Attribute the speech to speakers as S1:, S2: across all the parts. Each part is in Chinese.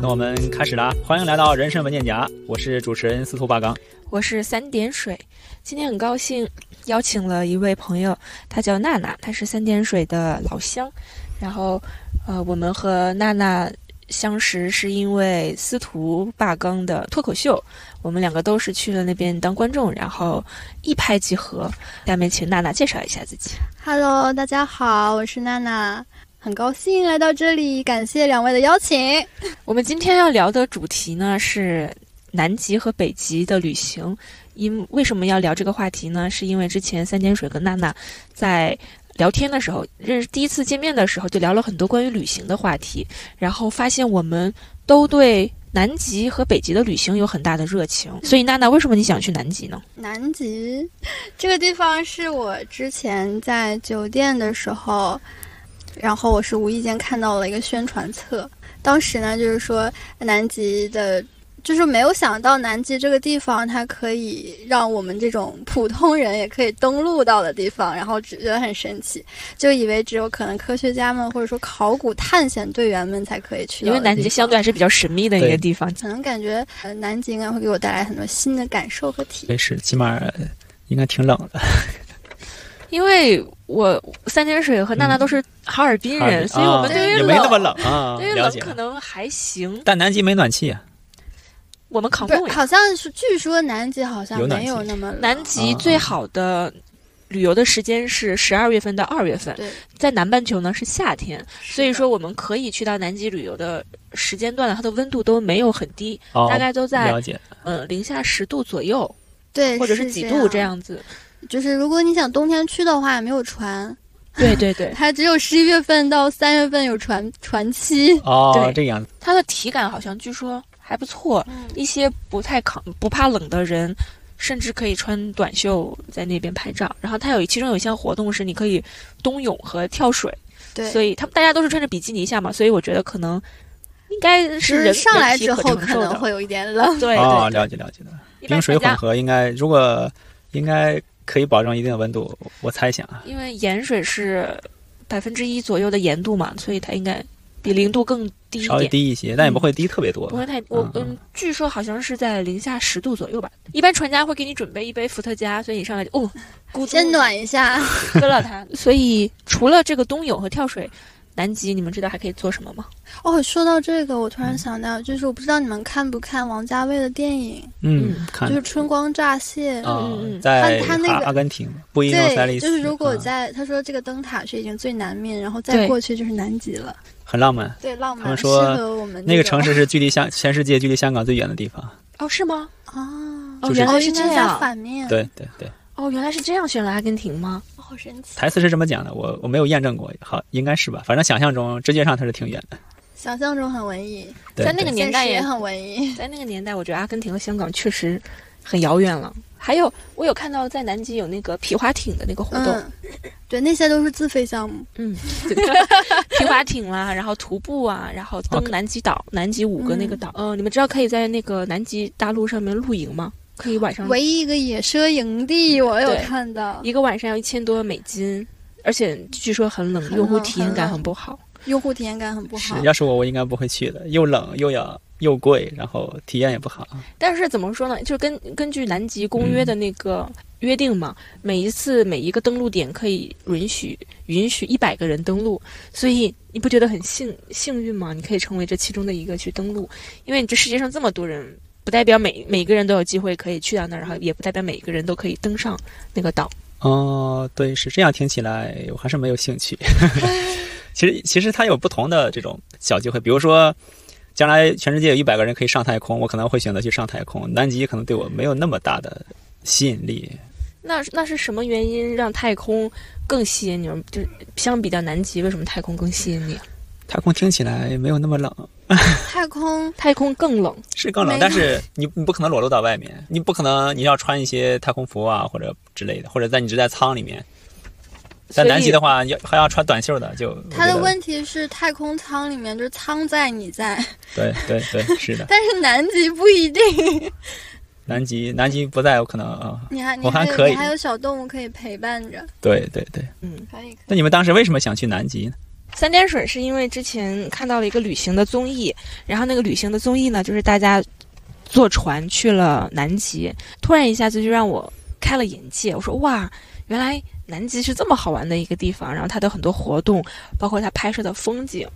S1: 那我们开始啦！欢迎来到人生文件夹，我是主持人司徒八刚。
S2: 我是三点水。今天很高兴邀请了一位朋友，她叫娜娜，她是三点水的老乡。然后，呃，我们和娜娜相识是因为司徒霸刚的脱口秀，我们两个都是去了那边当观众，然后一拍即合。下面请娜娜介绍一下自己。
S3: Hello，大家好，我是娜娜，很高兴来到这里，感谢两位的邀请。
S2: 我们今天要聊的主题呢是南极和北极的旅行。因为什么要聊这个话题呢？是因为之前三点水跟娜娜在聊天的时候，认识第一次见面的时候就聊了很多关于旅行的话题，然后发现我们都对南极和北极的旅行有很大的热情。所以娜娜，为什么你想去南极呢？
S3: 南极这个地方是我之前在酒店的时候，然后我是无意间看到了一个宣传册，当时呢就是说呃南极的，就是没有想到南极这个地方它可以让我们这种普通人也可以登陆到的地方，然后只觉得很神奇，就以为只有可能科学家们或者说考古探险队员们才可以去到
S2: 因
S3: 的地方，
S2: 为南极相对还是比较神秘的一个
S1: 对
S2: 地方。
S3: 可能感觉呃南极应该会给我带来很多新的感受和体验。
S1: 对，是，起码应该挺冷的。
S2: 因为我三点水和娜娜都是哈尔滨人，
S1: 啊
S2: 所以我们对于
S1: 也
S2: 冷，
S1: 没那么冷啊，
S2: 对于
S1: 了
S2: 冷
S1: 解。
S2: 可能还行，
S1: 但南极没暖气啊，
S2: 哦我们扛
S3: 不
S2: 不
S3: 是，
S2: 了。
S3: 好像是据说南极好像
S1: 有暖
S3: 没有
S1: 气
S3: 那么冷
S2: 南极
S1: 啊
S2: 最好的旅游的时间是十二月份到二月份，
S3: 对，
S2: 在南半球呢是夏天，
S3: 是
S2: 所以
S3: 的
S2: 说我们可以去到南极旅游的时间段呢，它的温度都没有很低，
S1: 哦，
S2: 大概都在
S1: 了解。
S2: 呃零下十度左右，
S3: 对
S2: 或者
S3: 嗯是
S2: 几
S3: 这
S2: 度这。样子。
S3: 就是如果你想冬天去的话，没有船，
S2: 对对对，
S3: 它只有十一月份到三月份有船船期。
S1: 哦
S2: 对，
S1: 这样子。
S2: 它的体感好像据说还不错，一些不太扛不怕冷的人。甚至可以穿短袖在那边拍照，然后它有其中有一项活动是你可以冬泳和跳水，
S3: 对，
S2: 所
S3: 以
S2: 以他们大家都是穿着比基尼下嘛，所以我觉得可能应该
S3: 就是
S2: 人
S3: 上来之后
S2: 人体
S3: 可
S2: 承受的
S3: 能会有一点冷。
S2: 对
S1: 哦，
S2: 对
S1: 了解了解的。
S2: 一般
S1: 冰水
S2: 大
S1: 混
S2: 家
S1: 合应该，如果应该可以保证一定的温度，我猜想啊。
S2: 因为盐水是百分之一左右的盐度嘛，所以它应该比零度更低一
S1: 稍微
S2: 点，
S1: 低一些，但也不会低特别多
S2: 不
S1: 吧。
S2: 会太我
S1: 嗯
S2: 嗯，据说好像是在零下十度左右吧。一般船家会给你准备一杯伏特加，所以你上来就哦，咕嘟
S3: 先暖一下，
S2: 喝了它。所以除了这个冬泳和跳水，南极你们知道还可以做什么吗？
S3: 哦。说到这个，我突
S2: 嗯
S3: 然想到，就是我不知道你们看不看王家卫的电影，
S1: 嗯，看
S3: 就是《春光乍泄》。
S1: 啊
S2: 嗯嗯，嗯
S1: 在
S3: 他他那个
S1: 阿阿根廷布宜诺斯艾利
S3: 对，
S1: 斯，
S3: 就是如果
S1: 啊
S3: 在、他说这个灯塔是已经最南面，然后
S2: 对
S3: 再过去就是南极了。
S1: 很浪漫。
S3: 对，浪
S1: 他
S3: 漫
S1: 们
S3: 适
S1: 说
S3: 合我们
S1: 那个
S3: 这种
S1: 城市是距离香全世界距离香港最远的地方。
S2: 哦，是吗？
S3: 啊，
S2: 哦，
S1: 就是
S2: 原来是
S3: 应
S2: 这
S3: 该在
S2: 样。
S3: 反面，，
S1: 对对对，
S2: 哦，原来是这样选了阿根廷吗？
S3: 好神奇。啊
S1: 台词是这么讲的，我我没有验证过，好应该是吧，反正想象中直觉上它是挺远的。
S3: 想象中很文艺，
S1: 对
S2: 在那个
S1: 对
S2: 年代
S3: 现实
S2: 也
S3: 也很文艺。
S2: 在那个年代，我觉得阿根廷和香港确实很遥远了。还有，我有看到在南极有那个皮划艇的那个活动，
S3: 嗯，对，那些都是自费项目。
S2: 嗯， 皮划艇啦、然后徒步啊，然后登南极岛，南极五个那个岛。嗯、呃，你们知道可以在那个南极大陆上面露营吗？可以晚上
S3: 唯一一个野奢营地，我有
S2: 嗯对
S3: 看到，
S2: 一个晚上要一千多美金，而且据说很冷，
S3: 很冷
S2: 用户体验感
S3: 很冷
S2: 很不好。
S3: 用户体验感很不好
S1: 是。要是我，我应该不会去的，又冷又要又贵，然后体验也不好。
S2: 但是怎么说呢？就是根根据南极公约
S1: 嗯
S2: 的那个约定嘛，每一次每一个登陆点可以允许允许一百个人登陆，所以你不觉得很幸幸运吗？你可以成为这其中的一个去登陆，因为你这世界上这么多人，不代表每每个人都有机会可以去到那儿，然后也不代表每个人都可以登上那个岛。
S1: 哦，对，是这样，听起来我还是没有兴趣。 其实，其实它有不同的这种小机会，比如说，将来全世界有一百个人可以上太空，我可能会选择去上太空。南极可能对我没有那么大的吸引力，
S2: 那那是什么原因让太空更吸引你们？就是相比较南极，为什么太空更吸引你？
S1: 太空听起来没有那么冷，
S3: 太空
S2: 太空更冷，
S1: 是更冷
S3: 没，有
S1: 但是你你不可能裸露到外面，你不可能你要穿一些太空服啊或者之类的，或者在你只在舱里面。在
S2: 所以
S1: 南极的话，要还要穿短袖的，就
S3: 它的
S1: 我觉得
S3: 问题是太空舱里面就是舱在你在， 。
S1: 对对对，是的
S3: 但是南极不一定。
S1: 南极南极不在，我可能啊、
S3: 你还你
S1: 我还
S3: 有
S1: 可以
S3: 你还有小动物可以陪伴着，
S1: 对对对。
S2: 嗯，
S3: 可以可以。
S1: 那你们当时为什么想去南极呢？
S2: 三点水是因为之前看到了一个旅行的综艺，然后那个旅行的综艺呢，就是大家坐船去了南极，突然一下子就让我开了眼界。我说哇，原来南极是这么好玩的一个地方，然后它的很多活动，包括它拍摄的风景，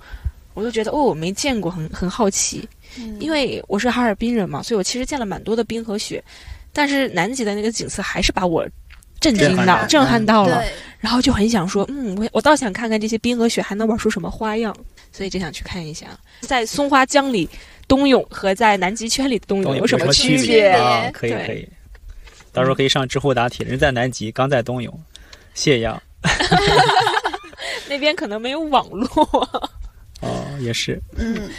S2: 我就觉得哦，我没见过，很很好奇。
S3: 嗯
S2: 因为我是哈尔滨人嘛，所以我其实见了蛮多的冰和雪，但是南极的那个景色还是把我震惊
S3: 震
S2: 到、
S3: 撼嗯
S2: 震撼到了。
S3: 对，
S2: 然后就很想说，嗯，我我倒想看看这些冰和雪还能玩出什么花样，所以就想去看一下，在松花江里冬泳和在南极圈里冬
S1: 冬
S2: 泳
S1: 泳
S2: 有什
S1: 么
S2: 区
S3: 别
S1: 啊？可以
S2: 对
S1: 可以，到时候可以上知乎答题。人在南极，刚在冬泳，谢阳
S2: 那边可能没有网 络。
S1: 哦，也是
S3: 嗯，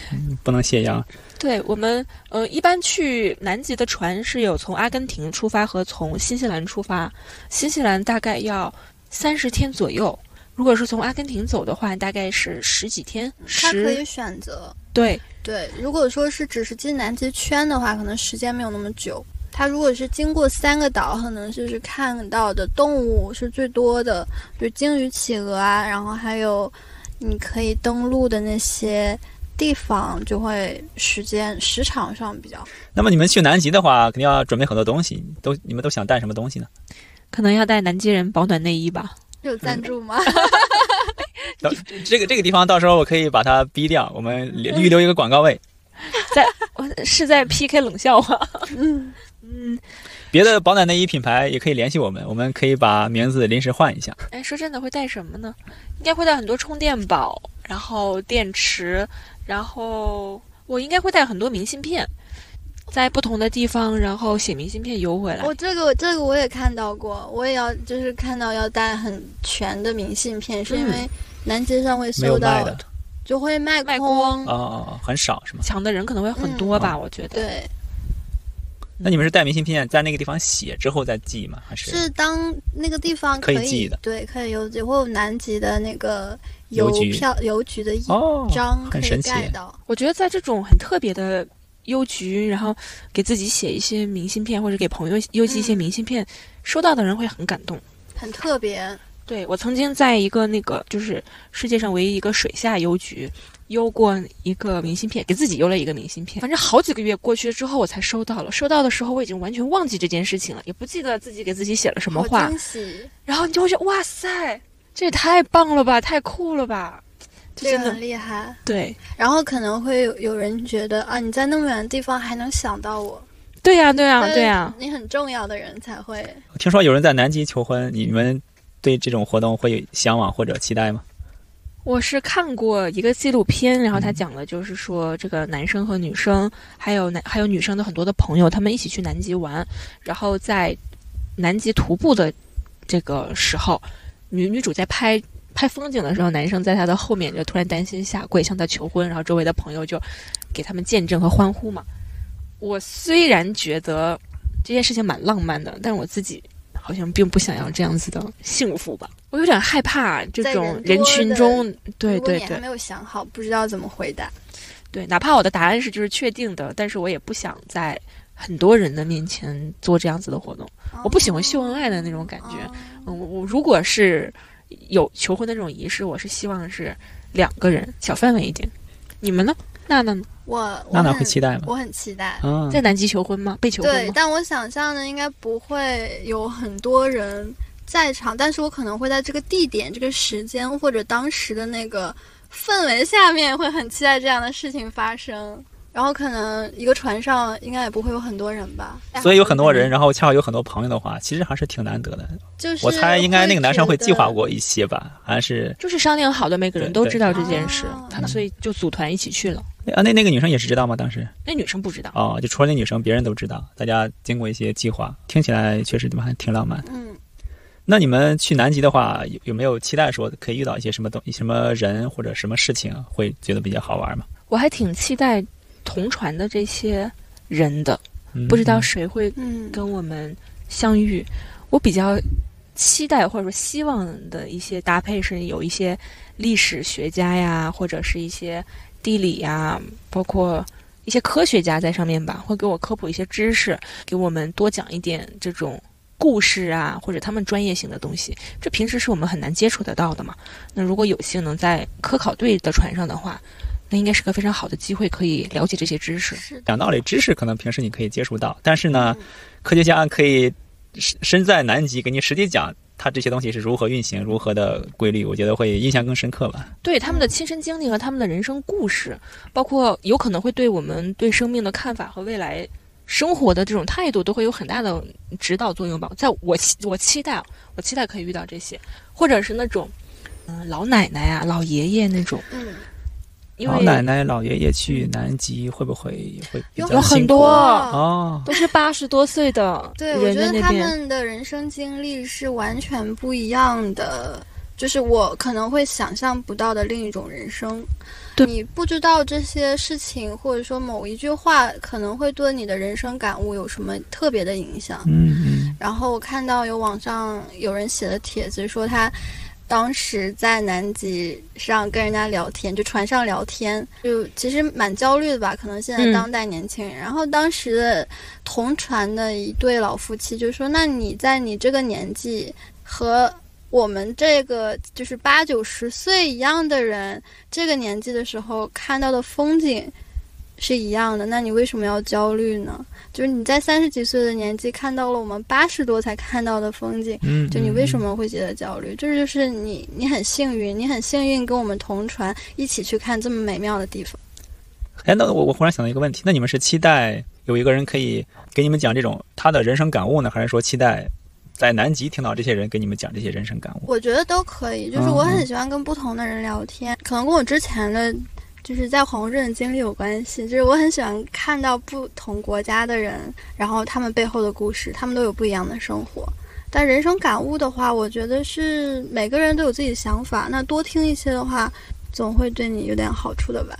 S1: 不能谢阳。
S2: 对我们，呃，一般去南极的船是有从阿根廷出发和从新西兰出发，新西兰大概要三十天左右。如果是从阿根廷走的话，大概是十几天，
S3: 他可
S2: 十
S3: 以选择。
S2: 对
S3: 对，如果说是只是进南极圈的话，可能时间没有那么久。它如果是经过三个岛，可能就是看到的动物是最多的，就鲸鱼、企鹅啊，然后还有你可以登陆的那些地方，就会时间时长上比较。
S1: 那么你们去南极的话，肯定要准备很多东西，都你们都想带什么东西呢？
S2: 可能要带南极人保暖内衣吧。
S3: 有
S1: 嗯
S3: 赞助吗？
S1: 到这个这个地方，到时候我可以把它逼掉，我们留预留一个广告位。
S2: 我是在 PK 冷笑话。
S3: 嗯，
S2: 嗯，
S1: 别的保暖内衣品牌也可以联系我们，我们可以把名字临时换一下。
S2: 哎，说真的，会带什么呢？应该会带很多充电宝，然后电池，然后我应该会带很多明信片，在不同的地方，然后写明信片邮回来
S3: 我。这个这个我也看到过，我也要就是看到要带很全的明信片，是因
S2: 嗯
S3: 为南极上会
S1: 没有
S3: 搜
S1: 卖
S3: 到
S1: 的
S3: 就会卖
S2: 卖
S3: 光。
S1: 哦哦，哦很少是吗？
S2: 抢的人可能会
S3: 嗯
S2: 很多吧，我觉得。
S3: 对，
S1: 那你们是带明信片在那个地方写之后再寄吗？还是
S3: 是当那个地方
S1: 可以
S3: 以
S1: 寄的
S3: 对，可以邮寄，或有南极的那个
S1: 邮
S3: 邮
S1: 局
S3: 票邮局的一
S1: 哦，
S3: 张可
S1: 很
S3: 以
S1: 神奇
S3: 盖到。
S2: 我觉得在这种很特别的邮局，然后给自己写一些明信片，或者给朋友邮寄一些
S3: 嗯
S2: 明信片，收到的人会很感动。
S3: 很特别，
S2: 对我曾经在一个那个就是世界上唯一一个水下邮局邮过一个明信片，给自己邮了一个明信片。反正好几个月过去之后，我才收到了。收到的时候，我已经完全忘记这件事情了，也不记得自己给自己写了什么
S3: 好
S2: 话。
S3: 惊喜，
S2: 然后你就会觉得，哇塞，这也太棒了吧，太酷了吧！就
S3: 这个
S2: 真的
S3: 很厉害。
S2: 对
S3: 然后可能会有有人觉得啊，你在那么远的地方还能想到我，
S2: 对呀、对呀、
S3: 但是
S2: 啊对呀、
S3: 你很重要的人才会。
S1: 听说有人在南极求婚，你们对这种活动会有向往或者期待吗？
S2: 我是看过一个纪录片，然后他讲的就是说，这个男生和女生，还有男还有女生的很多的朋友，他们一起去南极玩，然后在南极徒步的这个时候，女女主在拍拍风景的时候，男生在她的后面就突然担心下跪向她求婚，然后周围的朋友就给他们见证和欢呼嘛。我虽然觉得这件事情蛮浪漫的，但是我自己好像并不想要这样子的幸福吧。我有点害怕这
S3: 在
S2: 种
S3: 人多
S2: 人群
S3: 的
S2: 中，对
S3: 如果
S2: 对
S3: 你还
S2: 对
S3: 没有想好，不知道怎么回答，
S2: 对，哪怕我的答案是就是确定的，但是我也不想在很多人的面前做这样子的活动。我不喜欢秀恩爱的那种感觉
S3: 哦。
S2: 嗯，我我如果是有求婚的这种仪式，我是希望是两个人，小范围一点。你们呢？娜娜呢？
S3: 我我
S1: 娜娜
S3: 很
S1: 会期待吗？
S3: 我很期待。
S1: 啊，
S2: 在南极求婚吗？被求婚
S3: 对，
S2: 吗？
S3: 但我想象的应该不会有很多人在场，但是我可能会在这个地点、这个时间或者当时的那个氛围下面，会很期待这样的事情发生。然后可能一个船上应该也不会有很多人吧，
S1: 所以有很多人，然后恰好有很多朋友的话，其实还是挺难得的。
S3: 就是
S1: 我猜应该那个男生会
S3: 觉得
S1: 计划过一些吧，还是
S2: 就是商量好的，每个人都
S1: 对
S2: 知道这件事
S3: 哦，
S2: 他们所以就组团一起去了。
S1: 啊？那那个女生也是知道吗？当时
S2: 那女生不知道，
S1: 哦，就除了那女生，别人都知道。大家经过一些计划，听起来确实他妈还挺浪漫。
S3: 嗯，
S1: 那你们去南极的话，有有没有期待说可以遇到一些什么东什么人或者什么事情啊会觉得比较好玩吗？
S2: 我还挺期待同船的这些人的，
S1: 嗯
S2: 不知道谁会
S3: 嗯，
S2: 跟我们相遇，我比较期待或者说希望的一些搭配是有一些历史学家呀，或者是一些地理呀，包括一些科学家在上面吧，会给我科普一些知识，给我们多讲一点这种故事啊，或者他们专业性的东西，这平时是我们很难接触得到的嘛。那如果有幸能在科考队的船上的话，那应该是个非常好的机会，可以了解这些知识。
S3: 是的，
S1: 讲道理，知识可能平时你可以接触到，但是呢，科学家可以身身在南极，给你实际讲它这些东西是如何运行、如何的规律，我觉得会印象更深刻吧。
S2: 对他们
S3: 嗯
S2: 的亲身经历和他们的人生故事，包括有可能会对我们对生命的看法和未来生活的这种态度，都会有很大的指导作用吧。在我期我期待啊，我期待可以遇到这些，或者是那种嗯、老奶奶啊、老爷爷那种，
S3: 嗯，
S2: 因
S1: 老
S2: 为
S1: 奶奶、老爷爷去南极会不会会比
S3: 有
S1: 较
S2: 有
S1: 辛
S2: 很
S1: 苦
S2: 多
S1: 哦？
S2: 都是八十多岁的
S3: 对，我
S2: 人
S3: 觉
S2: 在
S3: 得
S2: 那
S3: 他
S2: 边。
S3: 们的人生经历是完全不一样的，就是我可能会想象不到的另一种人生。
S2: 对
S3: 你不知道这些事情，或者说某一句话可能会对你的人生感悟有什么特别的影响。
S1: 嗯嗯，
S3: 然后我看到有网上有人写的帖子，说他当时在南极上跟人家聊天，就船上聊天，就其实蛮焦虑的吧，可能现在
S2: 嗯
S3: 当代年轻人。然后当时的同船的一对老夫妻就说：“那你在你这个年纪和。”我们这个就是八九十岁一样的人，这个年纪的时候看到的风景是一样的，那你为什么要焦虑呢？就是你在三十几岁的年纪看到了我们八十多才看到的风景，
S1: 嗯，
S3: 就你为什
S1: 么？
S3: 么会觉得焦虑？这就是你，你很幸运，你很幸运跟我们同船一起去看这么美妙的地方。
S1: 哎，那我我忽然想到一个问题，那你们是期待有一个人可以给你们讲这种他的人生感悟呢，还是说期待在南极听到这些人给你们讲这些人生感悟？
S3: 我觉得都可以，就是我很喜欢跟不同的人聊天，可能跟我之前的就是在皇后镇的经历有关系。就是我很喜欢看到不同国家的人，然后他们背后的故事，他们都有不一样的生活。但人生感悟的话，我觉得是每个人都有自己的想法，那多听一些的话，总会对你有点好处的吧。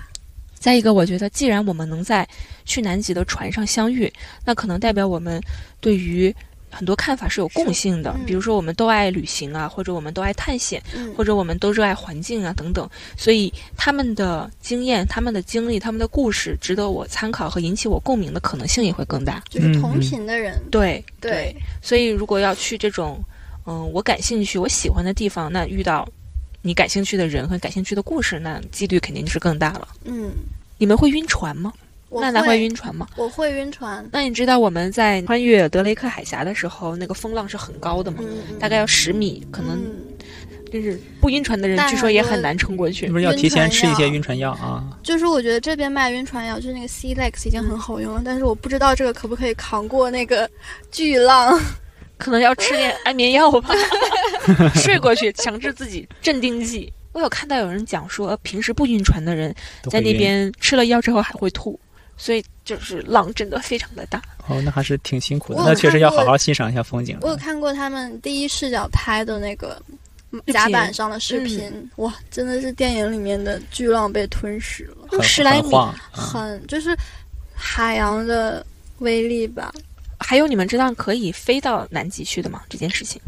S2: 再一个，我觉得既然我们能在去南极的船上相遇，那可能代表我们对于很多看法是有共性的，
S3: 嗯
S2: 比如说我们都爱旅行啊，或者我们都爱探险，
S3: 嗯，
S2: 或者我们都热爱环境啊等等。所以他们的经验、他们的经历、他们的故事，值得我参考和引起我共鸣的可能性也会更大。
S3: 就是同频的人，
S2: 对
S3: 对，
S2: 所以如果要去这种嗯、我感兴趣、我喜欢的地方，那遇到你感兴趣的人和感兴趣的故事，那几率肯定是更大了。
S3: 嗯，
S2: 你们会晕船吗？
S3: 我
S2: 娜娜会晕船吗？
S3: 我会晕船，
S2: 那你知道我们在穿越德雷克海峡的时候，那个风浪是很高的吗？
S3: 嗯，嗯
S2: 大概要十米，可能
S3: 嗯
S2: 就是不晕船的人
S3: 但，
S2: 据说也
S3: 很多
S2: 很难撑过去
S1: 是。不是要提前吃一些
S3: 晕
S1: 晕船药啊？
S3: 就是我觉得这边卖晕船药，就是那个 C Lex 已经
S2: 嗯
S3: 很好用了，但是我不知道这个可不可以扛过那个巨浪。
S2: 可能要吃点安眠药吧，睡过去，强制自己镇定剂。我有看到有人讲说，平时不晕船的人
S1: 都
S2: 在
S1: 会
S2: 那
S1: 晕
S2: 边吃了药之后还会吐，所以就是浪真的非常的大。
S1: 哦，那还是挺辛苦的，
S3: 我有
S1: 那确实
S3: 看
S1: 要
S3: 过
S1: 好好欣赏一下风景了。
S3: 我有看过他们第一视角拍的那个嗯
S2: 视频嗯
S3: 甲板上的视频，哇，真的是电影里面的巨浪被吞噬了，
S1: 很
S2: 十来
S1: 很
S2: 米
S1: 晃啊，
S3: 很就是海洋的威力吧。
S2: 还有，你们知道可以飞到南极去的吗？这件事情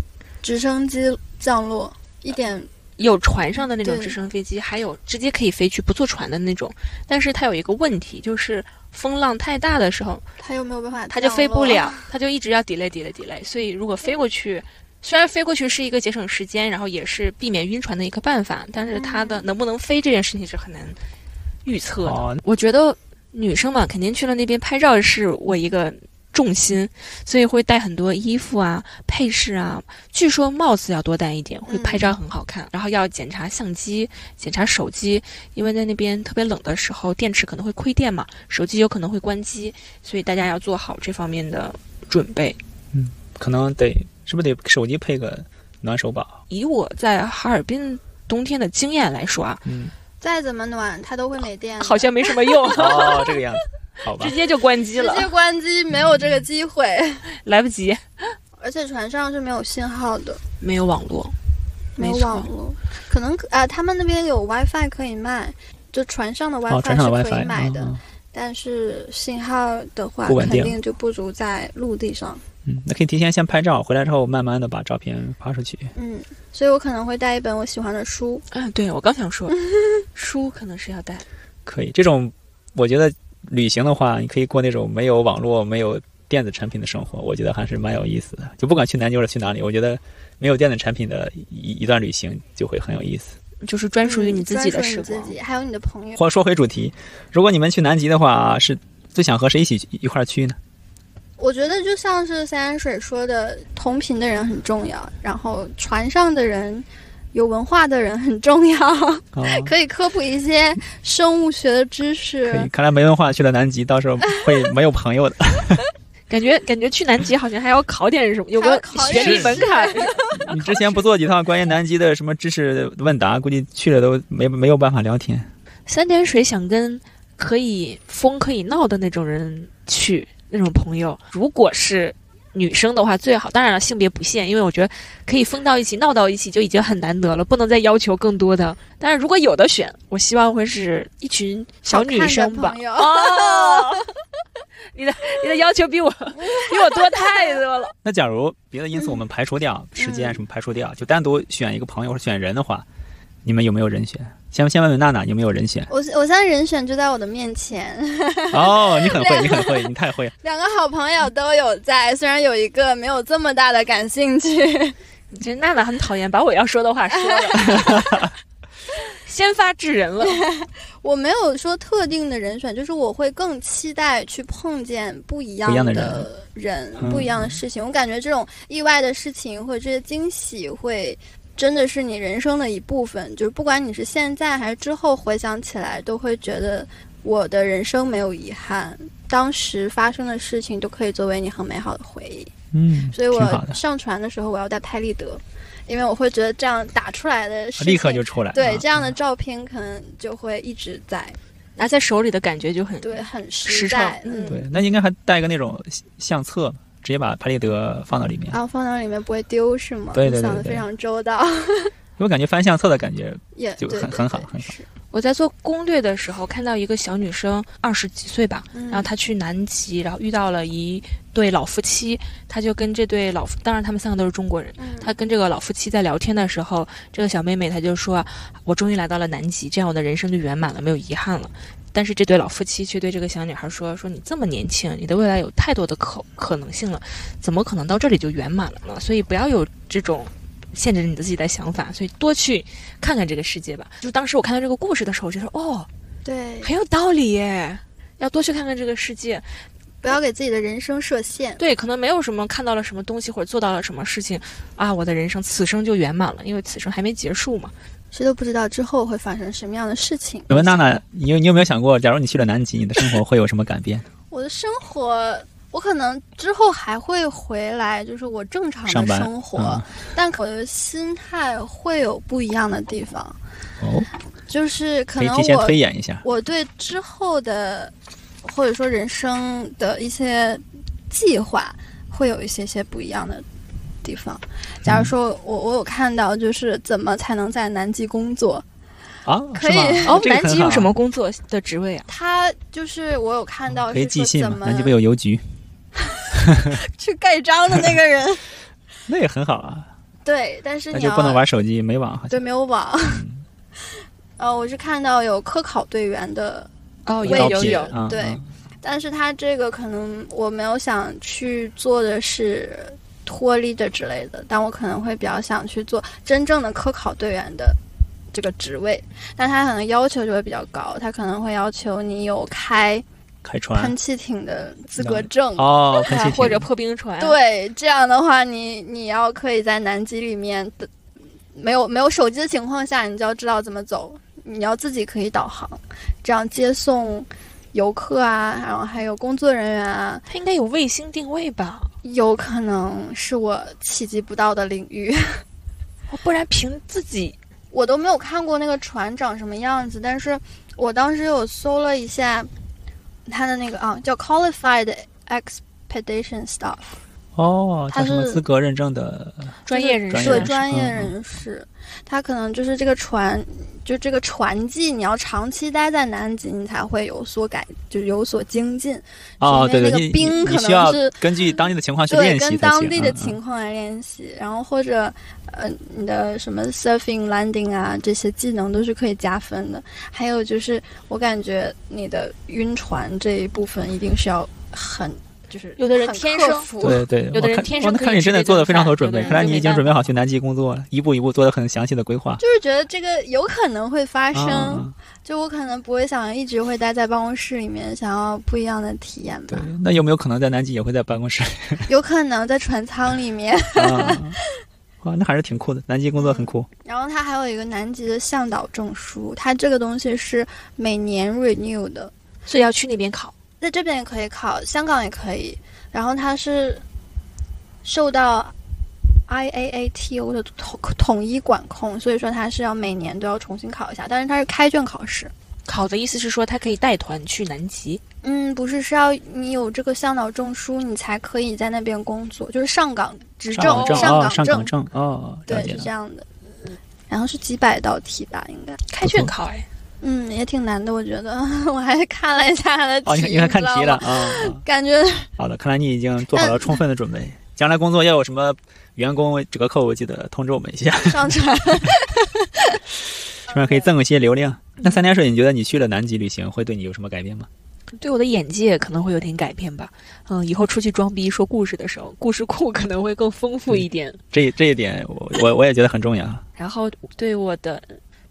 S3: 直升机降落一点，
S2: 有船上的那种
S3: 对
S2: 直升飞机，还有直接可以飞去不坐船的那种。但是它有一个问题，就是风浪太大的时候，
S3: 它又没有办法，
S2: 它就飞不。了，它就一直要 delay delay delay。所以如果飞过去，虽然飞过去是一个节省时间，然后也是避免晕船的一个办法，但是它的能不能飞这件事情是很难预测的。
S1: 哦，
S2: 我觉得女生嘛，肯定去了那边拍照是我一个重心，所以会带很多衣服啊、配饰啊。据说帽子要多戴一点，会
S3: 嗯
S2: 拍照很好看。然后要检查相机、检查手机，因为在那边特别冷的时候，电池可能会亏电嘛，手机有可能会关机，所以大家要做好这方面的准备。
S1: 可能得是不是得手机配个暖手宝？
S2: 以我在哈尔滨冬天的经验来说啊，
S1: 嗯，，
S3: 再怎么暖，它都会没电的。
S2: 好像没什么用
S1: 哦，这个样子，好吧
S2: 直。接就关机
S3: 直
S2: 了，
S3: 接关机，没有这个机会，
S2: 来不及，
S3: 而且船上是没有信号的。
S2: 没有网络，
S3: 没有
S2: 没错
S3: 网络，可能啊、他们那边有 WiFi 可以卖，就船上的
S1: 哦，
S3: WiFi
S1: 船上的
S3: 是可
S1: WiFi
S3: 以买的，
S1: 嗯
S3: 但是信号的话
S1: 不稳
S3: 肯
S1: 定
S3: 定就不如在陆地上。
S1: 嗯，那可以提前先拍照，回来之后慢慢的把照片发出去。
S3: 嗯，所以我可能会带一本我喜欢的书。
S2: 嗯，对我刚想 说，书可能是要带，
S1: 可以，这种我觉得旅行的话，你可以过那种没有网络、没有电子产品的生活，我觉得还是蛮有意思的。就不管去南极或者去哪里，我觉得没有电子产品的一一段旅行就会很有意思。
S2: 就是专属于你自己的
S3: 嗯专属
S2: 时
S3: 你自
S2: 光。
S3: 己还有你的朋友。
S1: 或者说回主题，如果你们去南极的话，是最想和谁一起一块儿去呢？
S3: 我觉得就像是三山水说的，同频的人很重要，然后船上的人。有文化的人很重要，
S1: 啊、
S3: 可以科普一些生物学的知识。
S1: 可以，看来没文化去了南极，到时候会没有朋友的。
S2: 感觉感觉去南极好像还要考点什么，有
S3: 还
S2: 个
S3: 要考
S2: 学历
S1: 点
S2: 门槛。
S1: 你之前不做几趟关于南极的什么知识问答，估计去了都没没有办法聊天。
S2: 三点水想跟可以疯可以闹的那种人去，那种朋友，如果是女生的话最好，当然了，性别不限，因为我觉得可以疯到一起、闹到一起就已经很难得了，不能再要求更多的。但是如果有的选，我希望会是一群小女生
S3: 好
S2: 吧
S3: 看的朋。友？
S2: 哦， 你的你的要求比我比我多太多了。
S1: 那假如别的因素我们排除掉，时间什么排除掉，就单独选一个朋友或者选人的话，你们有没有人选？先先问问娜娜有没有人选
S3: 我我现在人选就在我的面前，
S1: 哦，你很会，你很会，你太会 了。
S3: 两个好朋友都有在，虽然有一个没有这么大的感兴趣。
S2: 你这娜娜很讨厌，把我要说的话说了， 先发制人了。
S3: 我没有说特定的人选，就是我会更期待去碰见不一样
S1: 不一样的
S3: 的人
S1: 嗯，
S3: 不一样的事情。我感觉这种意外的事情或者这些惊喜会。真的是你人生的一部分，就是不管你是现在还是之后回想起来，都会觉得我的人生没有遗憾，当时发生的事情都可以作为你很美好的回忆。
S1: 嗯，
S3: 所以
S1: 挺好
S3: 我
S1: 的，
S3: 上传的时候我要带拍立得，因为我会觉得这样打出来的事
S1: 啊
S3: 情
S1: 立刻就出来。
S3: 对、
S1: 啊
S3: 这样的照片可能就会一直在，
S2: 拿在手里的感觉就很
S3: 对，很
S2: 实
S3: 实
S2: 诚
S3: 在，
S2: 嗯
S1: 对，那应该还带个那种相册，直接把拍立得放到里面。
S3: 然后放到里面不会丢是吗？
S1: 对对对
S3: 想的
S1: 对
S3: 非常周到，
S1: 因为我感觉翻相册的感觉，
S3: 也
S1: 就
S3: 对
S1: 很
S3: 对
S1: 很好
S3: 对
S1: 很好
S3: 是
S2: 我在做攻略的时候，看到一个小女生，二十几岁吧，
S3: 嗯
S2: 然后她去南极，然后遇到了一对老夫妻，她就跟这对老夫，当然他们三个都是中国人。
S3: 嗯
S2: 她跟这个老夫妻在聊天的时候，这个小妹妹她就说：“啊我终于来到了南极，这样我的人生就圆满了，没有遗憾了。”但是这对老夫妻却对这个小女孩说：“说你这么年轻，你的未来有太多的可可能性了，怎么可能到这里就圆满了呢？所以不要有这种限制你自己的想法，所以多去看看这个世界吧。”就当时我看到这个故事的时候，我就说：“哦，
S3: 对，
S2: 很有道理耶，要多去看看这个世界。
S3: 不要给自己的人生设限。
S2: 对，可能没有什么看到了什么东西或者做到了什么事情啊，我的人生此生就圆满了，因为此生还没结束嘛。
S3: 谁都不知道之后会发生什么样的事情。
S1: 问娜娜，你有你有没有想过，假如你去了南极，你的生活会有什么改 变？
S3: 我的生活，我可能之后还会回来，就是我正常
S1: 上
S3: 的
S1: 班
S3: 生活，
S1: 嗯
S3: 但我的心态会有不一样的地方，
S1: 哦，
S3: 就是可
S1: 可以
S3: 能
S1: 提前
S3: 我
S1: 推演一下。
S3: 我对之后的或者说人生的一些计划会有一些些不一样的地方。假
S1: 嗯
S3: 如说我我有看到，就是怎么才能在南极工作，
S1: 啊，
S3: 可以
S1: 是吗
S2: 哦，
S1: 这个
S2: 南
S1: 很
S2: 极
S1: 好
S2: 有什么工作的职位啊？
S3: 他就是我有看到
S1: 哦可以
S3: 是
S1: 寄
S3: 说
S1: 信
S3: 怎
S1: 嘛？
S3: 么
S1: 南极不有邮局？
S3: 去盖章的那个人，
S1: 那也很好啊，
S3: 对，但是
S1: 那
S3: 你
S1: 就
S3: 要
S1: 不能玩嗯手机，没网好像。
S3: 对没有网。 呃，我是看到有科考队员的
S2: 哦，
S3: 我
S2: 有
S3: 也
S1: 高
S2: 有
S1: 频
S2: 有，
S1: 啊
S3: 对
S1: 啊
S3: 但是他这个可能我没有想去做的是脱离的之类的，但我可能会比较想去做真正的科考队员的这个职位，但他可能要求就会比较高，他可能会要求你有开
S1: 开船
S3: 喷气艇的资格证。
S1: 哦，喷气
S2: 啊或者
S1: 艇
S2: 破冰船，，
S3: 对，这样的话你，你要可以在南极里面的没有没有手机的情况下，你就要知道怎么走，你要自己可以导航，这样接送游客啊，然后还有工作人员啊，
S2: 它应该有卫星定位吧？
S3: 有可能是我企及不到的领域，
S2: 哦不然凭自己
S3: 我都没有看过那个船长什么样子，但是我当时有搜了一下他的那个啊，叫 Qualified Expedition Staff，
S1: 哦，叫
S3: 它
S1: 什么
S3: 是
S1: 资格认证的？
S2: 专业人
S1: 专
S2: 士
S1: 业
S3: 对
S1: 人士
S3: 专业
S1: 嗯
S3: 人士，他可能就是这个船，就这个船技，你要长期待在南极，你才会有所改，就有所精进。
S1: 哦，
S3: 说
S1: 对
S3: 明
S1: 对，
S3: 那个
S1: 你
S3: 冰
S1: 你
S3: 可
S1: 你需
S3: 能
S1: 要
S3: 是
S1: 根据当地的情况去
S3: 对，
S1: 练习才
S3: 跟
S1: 行。
S3: 当地的
S1: 嗯
S3: 情况来练习，然后或者呃，你的什么 surfing、landing 啊，这些技能都是可以加分的。还有就是，我感觉你的晕船这一部分一定是要很就是
S2: 有的人
S3: 很
S2: 天
S3: 克
S2: 生
S3: 服
S1: 对对，
S2: 有的人
S1: 我看
S2: 天生
S1: 我
S2: 可以
S1: 看你
S2: 吃
S1: 真的
S2: 这
S1: 做的
S2: 顿
S1: 非常
S2: 饭
S1: 有
S2: 有
S1: 准
S2: 的
S1: 备，
S2: 人
S1: 看来
S2: 就
S1: 你
S2: 没
S1: 已经
S2: 办
S1: 准备好去南极工作了，一步一步做的很详细的规划。
S3: 就是觉得这个有可能会发生，
S1: 啊，
S3: 就我可能不会想一直会待在办公室里面，想要不一样的体验吧
S1: 对。，嗯那有没有可能在南极也会在办公室？
S3: 有可能在船舱里面，
S1: 啊，哇，那还是挺酷的，南极工作很酷。
S3: 然后它还有一个南极的向导证书，它这个东西是每年 renew 的，
S2: 所以要去那边考。
S3: 在这边也可以考，香港也可以。然后它是受到 IAATO 的统统一管控，所以说它是要每年都要重新考一下，但是它是开卷考试。
S2: 考的意思是说他可以带团去南极，
S3: 嗯，不是，是要你有这个向导证书，你才可以在那边工作，就是上岗执
S1: 上
S3: 照
S1: 岗、证
S3: 嗯上
S1: 啊，
S3: 岗
S1: 上
S3: 证
S1: 岗，证哦，了
S3: 对，
S1: 解
S3: 是
S1: 了
S3: 这。样的。嗯然后是几百道题吧，应该，
S2: 开卷考哎，
S3: 嗯，也挺难的，我觉得。 我还看了一下它的题，
S1: 哦，你看，你看看
S3: 知道
S1: 题了
S3: 吗，
S1: 啊。啊
S3: 感觉
S1: 好的，看来你已经做好了充分的准备。将来工作要有什么员工折扣，我记得通知我们一 下，
S3: 上传
S1: 顺便可以赠一些流量。那三点水，你觉得你去了南极旅行会对你有什么改变吗？
S2: 对我的眼界可能会有点改变吧。嗯，以后出去装逼说故事的时候，故事库可能会更丰富一点。
S1: 这这一点我，我我也觉得很重要。啊
S2: 然后对我的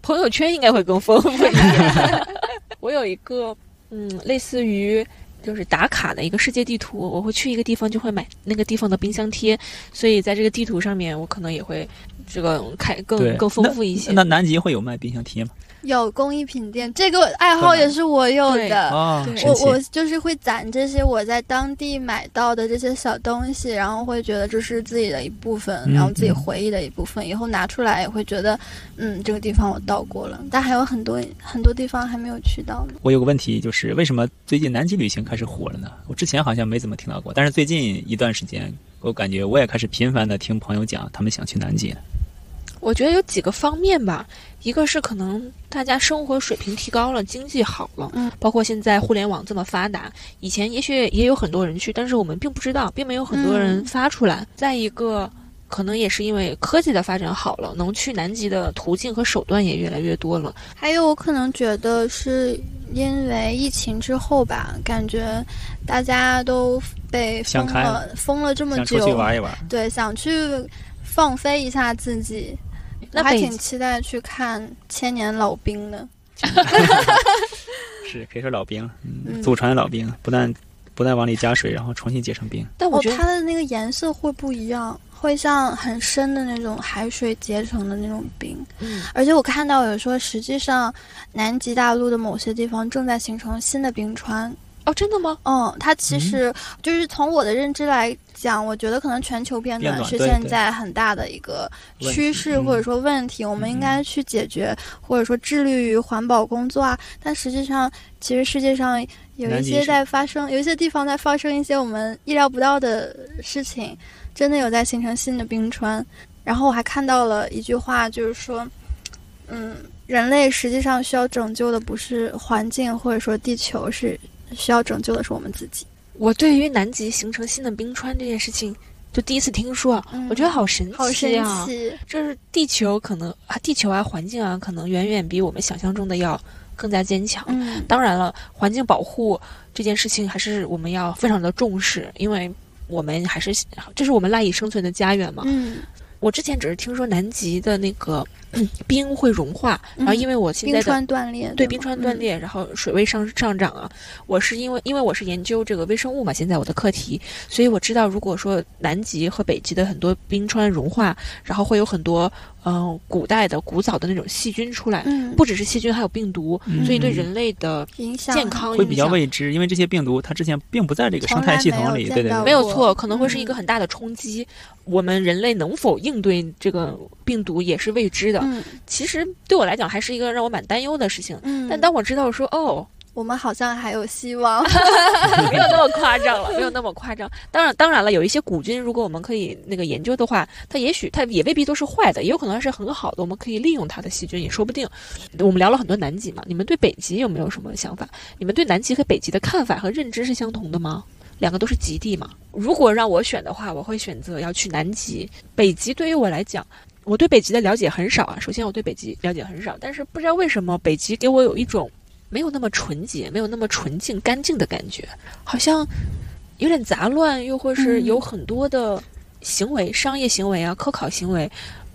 S2: 朋友圈应该会更丰富一点。 我有一个嗯，类似于就是打卡的一个世界地图，我会去一个地方就会买那个地方的冰箱贴，所以在这个地图上面，我可能也会这个开
S1: 对
S2: 更更丰富一些。
S1: 那南极会有卖冰箱贴吗？
S3: 有工艺品店，这个爱好也是我有
S2: 对
S3: 的。
S1: 啊
S2: 对
S1: 神
S3: 呃我
S1: 奇！
S3: 我就是会攒这些我在当地买到的这些小东西，然后会觉得这是自己的一部分，
S1: 嗯
S3: 然后自己回忆的一部分，以后拿出来也会觉得，嗯，这个地方我到过了，但还有很多很多地方还没有去到呢。
S1: 我有个问题，就是为什么最近南极旅行开始火了呢？我之前好像没怎么听到过，但是最近一段时间，我感觉我也开始频繁的听朋友讲他们想去南极了。
S2: 我觉得有几个方面吧，一个是可能大家生活水平提高了，经济好了，
S3: 嗯，
S2: 包括现在互联网这么发达，以前也许也有很多人去，但是我们并不知道，并没有很多人
S3: 嗯
S2: 发出来。再一个，可能也是因为科技的发展好了，能去南极的途径和手段也越来越多了。
S3: 还有，我可能觉得是因为疫情之后吧，感觉大家都被
S1: 想
S3: 封
S1: 开了
S3: 了，封了这么
S1: 想
S3: 久
S1: 出，去玩一玩，
S3: 对，想去放飞一下自己。
S2: 那
S3: 我还
S2: 北
S3: 挺期待去看《千年老兵》的。
S1: 是可以说老兵，嗯，
S3: 嗯
S1: 祖传老兵，不但不但往里加水，然后重新结成冰。
S2: 但我
S3: 哦
S2: 觉，得
S3: 它的那个颜色会不一样，会像很深的那种海水结成的那种冰。
S2: 嗯，
S3: 而且我看到有说，实际上南极大陆的某些地方正在形成新的冰川。
S2: 哦，真的吗？
S3: 嗯，它其实就是从我的认知来讲，我觉得可能全球变
S1: 变
S3: 暖
S1: 暖
S3: 是
S1: 对
S3: 现
S1: 对
S3: 在很大的一个
S1: 问
S3: 趋
S1: 题
S3: 势
S1: 嗯
S3: 或者说问题，我们应该去解决，或者说致力于环保工作啊。但实际上，其实世界上有
S1: 南
S3: 一
S1: 极
S3: 些
S1: 是
S3: 在发生，有一些地方在发生一些我们意料不到的事情，真的有在形成新的冰川。然后我还看到了一句话，就是说，嗯，人类实际上需要拯救的不是环境或者说地球，是需要拯救的是我们自己。
S2: 我对于南极形成新的冰川这件事情，就第一次听说，
S3: 嗯
S2: 我觉得好神奇、啊，
S3: 好神奇！
S2: 就是地球可能啊，地球啊，环境啊，可能远远比我们想象中的要更加坚强。
S3: 嗯，
S2: 当然了，环境保护这件事情还是我们要非常的重视，因为我们还是这是我们赖以生存的家园嘛。
S3: 嗯，
S2: 我之前只是听说南极的那个 嗯冰会融化，然后因为我现
S3: 嗯冰
S2: 在的
S3: 川断裂，
S2: 对
S3: 吗嗯
S2: 冰川断，裂，然后水位上上涨啊。我是因为因为我是研究这个微生物嘛，现在我的课题，所以我知道，如果说南极和北极的很多冰川融化，然后会有很多嗯、呃古代的古早的那种细菌出来，
S3: 嗯，
S2: 不只是细菌，还有病毒，
S1: 嗯
S2: 所以对人类的
S3: 影响
S2: 健康
S1: 会比
S2: 影
S1: 较
S2: 响。
S1: 未知，因为这些病毒它之前并不在这个生态系统里，
S3: 从
S1: 对对
S3: 来没有见到
S1: 对，
S2: 没有
S3: 过
S2: 错，可能会是一
S3: 嗯
S2: 个很大的冲击。我们人类能否应对这个病毒也是未知的。
S3: 嗯
S2: 其实对我来讲，还是一个让我蛮担忧的事情。
S3: 嗯，
S2: 但当我知道说哦，
S3: 我们好像还有希 望，
S2: 没有那么夸张了，没有那么夸张。当然，当然了，有一些古菌，如果我们可以那个研究的话，它也许它也未必都是坏的，也有可能是很好的，我们可以利用它的细菌，也说不定。我们聊了很多南极嘛，你们对北极有没有什么想法？你们对南极和北极的看法和认知是相同的吗？两个都是极地嘛。如果让我选的话，我会选择要去南极。北极对于我来讲，我对北极的了解很少啊。首先，我对北极了解很少，但是不知道为什么北极给我有一种没有那么纯洁、没有那么纯净、干净的感觉，好像有点杂乱，又或是
S3: 嗯
S2: 有很多的行为、商业行为啊、科考行为，